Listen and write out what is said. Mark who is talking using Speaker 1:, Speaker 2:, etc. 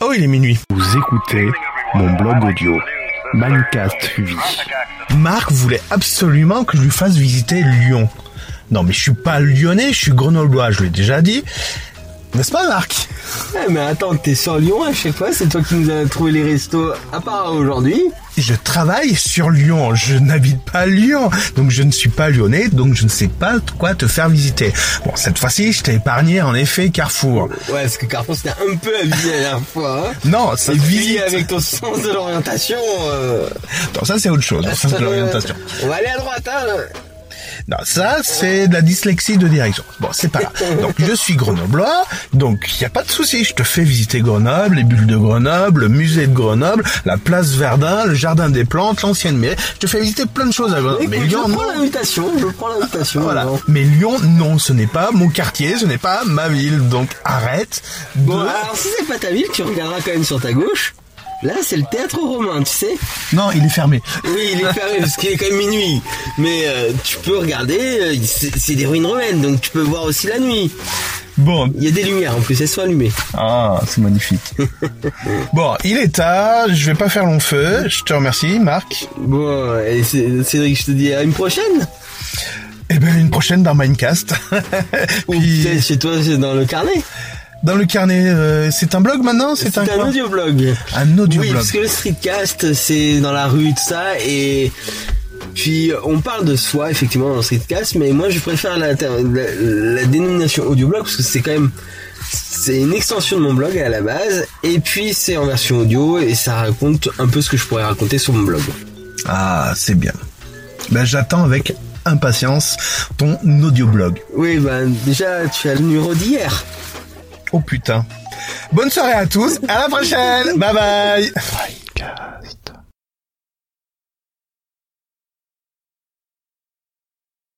Speaker 1: Oh, il est minuit.
Speaker 2: Vous écoutez mon blog audio, Minecast Vie.
Speaker 1: Marc voulait absolument que je lui fasse visiter Lyon. Non, mais je suis pas lyonnais, je suis grenoblois, je l'ai déjà dit. N'est-ce pas, Marc
Speaker 3: Ouais, Eh, mais attends, t'es sur Lyon à chaque fois, c'est toi qui nous as trouvé les restos à part aujourd'hui.
Speaker 1: Je travaille sur Lyon, je n'habite pas Lyon, donc je ne suis pas lyonnais, donc je ne sais pas quoi te faire visiter. Bon, cette fois-ci, je t'ai épargné en effet Carrefour.
Speaker 3: Ouais, parce que Carrefour c'était un peu abusé la dernière fois. Hein.
Speaker 1: Non, c'est
Speaker 3: Et puis,
Speaker 1: visite.
Speaker 3: avec ton sens de l'orientation. euh,
Speaker 1: Non, ça c'est autre chose, ça c'est de l'orientation.
Speaker 3: On va aller à droite, hein.
Speaker 1: Non, ça, c'est de la dyslexie de direction. Bon, c'est pas là. Donc, je suis grenoblois, donc il n'y a pas de souci. Je te fais visiter Grenoble, les bulles de Grenoble, le musée de Grenoble, la place Verdun, le jardin des plantes, l'ancienne mairie. Je te fais visiter plein de choses à Grenoble.
Speaker 3: Écoute,
Speaker 1: Mais
Speaker 3: je
Speaker 1: Lyon,
Speaker 3: prends
Speaker 1: non.
Speaker 3: l'invitation, je prends l'invitation.
Speaker 1: Voilà.
Speaker 3: alors.
Speaker 1: Mais Lyon, non, ce n'est pas mon quartier, ce n'est pas ma ville. Donc, arrête.
Speaker 3: Bon, ah.
Speaker 1: de-
Speaker 3: alors si c'est pas ta ville, tu regarderas quand même sur ta gauche. Là, c'est le théâtre romain, tu sais.
Speaker 1: Non, il est fermé.
Speaker 3: Oui, il est fermé parce qu'il est quand même minuit. Mais euh, tu peux regarder, euh, c'est c'est des ruines romaines, donc tu peux voir aussi la nuit.
Speaker 1: Bon,
Speaker 3: Il y a des lumières en plus, elles sont allumées.
Speaker 1: Ah, c'est magnifique. bon, il est tard, je vais pas faire long feu. Je te remercie, Marc.
Speaker 3: Bon, et c'est- Cédric, je te dis à une prochaine.
Speaker 1: Et ben une prochaine dans Minecast.
Speaker 3: Ou
Speaker 1: Puis,
Speaker 3: peut-être chez toi, c'est dans le carnet.
Speaker 1: dans le carnet, euh, c'est un blog maintenant C'est
Speaker 3: C'est
Speaker 1: un,
Speaker 3: un,
Speaker 1: quoi
Speaker 3: audioblog.
Speaker 1: Un audioblog.
Speaker 3: Oui, parce que le streetcast, c'est dans la rue, tout ça, et puis on parle de soi, effectivement, dans le streetcast, mais moi je préfère la, la- la dénomination audioblog, parce que c'est quand même... C'est une extension de mon blog à la base, et puis c'est en version audio, et ça raconte un peu ce que je pourrais raconter sur mon blog.
Speaker 1: Ah, c'est bien. Ben j'attends avec impatience ton audioblog.
Speaker 3: Oui, ben déjà, tu as le numéro d'hier.
Speaker 1: Oh putain. Bonne soirée à tous, à la prochaine. bye. bye.